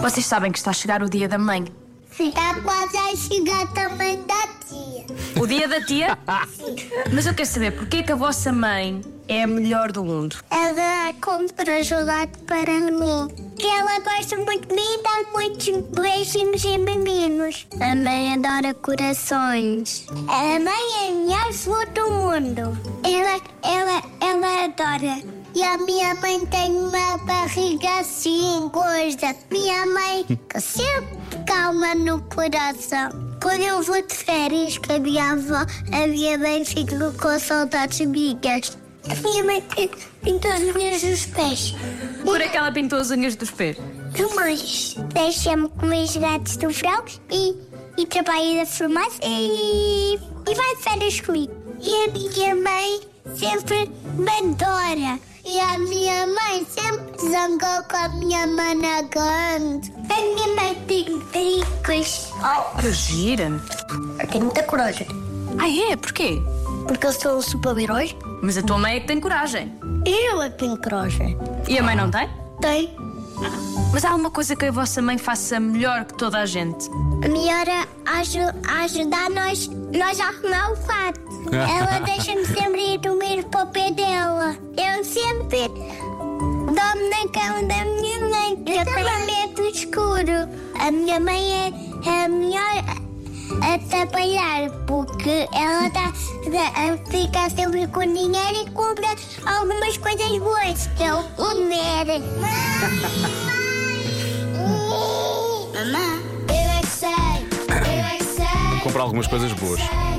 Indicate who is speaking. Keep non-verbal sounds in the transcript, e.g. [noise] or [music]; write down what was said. Speaker 1: Vocês sabem que está a chegar o dia da mãe.
Speaker 2: Sim. Está quase a chegar também da tia.
Speaker 1: O dia da
Speaker 2: [laughs]
Speaker 1: tia? Mas eu quero saber porquê que a vossa mãe é a melhor do mundo.
Speaker 2: Ela compra gelado para mim. Que ela gosta muito de mim, dá muitos beijinhos e meninos. A mãe adora corações. A mãe é a melhor flor do mundo. Ela, ela, ela adora. E a minha mãe tem uma barriga assim, gorda. Minha mãe que sempre calma no coração. Quando eu vou de férias com a minha avó, a minha mãe fica com saudades minhas. A minha mãe tem- pintou as unhas dos pés.
Speaker 1: Por é que ela pintou as unhas dos pés?
Speaker 2: Depois, deixa-me comer gelados do verão e, e trabalho da farmácia e, e vai de férias comigo. E a minha mãe sempre me adora. E a minha mãe sempre zangou com a minha mana grande. A minha mãe tem pericos. Oh,
Speaker 1: Que gira!
Speaker 2: eu tenho muita coragem.
Speaker 1: Ah, é? Porquê?
Speaker 2: Porque eu sou um super-herói.
Speaker 1: Mas a tua mãe é que tem coragem.
Speaker 2: Eu é que tenho coragem.
Speaker 1: E a mãe não tem?
Speaker 2: Tenho.
Speaker 1: Mas há uma coisa que a vossa mãe faça melhor que toda a gente.
Speaker 2: A minha hora aju- ajudar nós, nós a arrumar o quarto. Ela deixa-me sempre ir dormir para o pé dela. Eu sempre dormo na cama da minha mãe. Eu tenho medo do escuro. A minha mãe é, é a melhor a, a trabalhar porque ela tá, a- a- fica sempre com dinheiro e compra algumas coisas boas. Que é o comer. Mamãe! Eu é que sei! Eu é que sei!
Speaker 3: Comprar algumas coisas boas.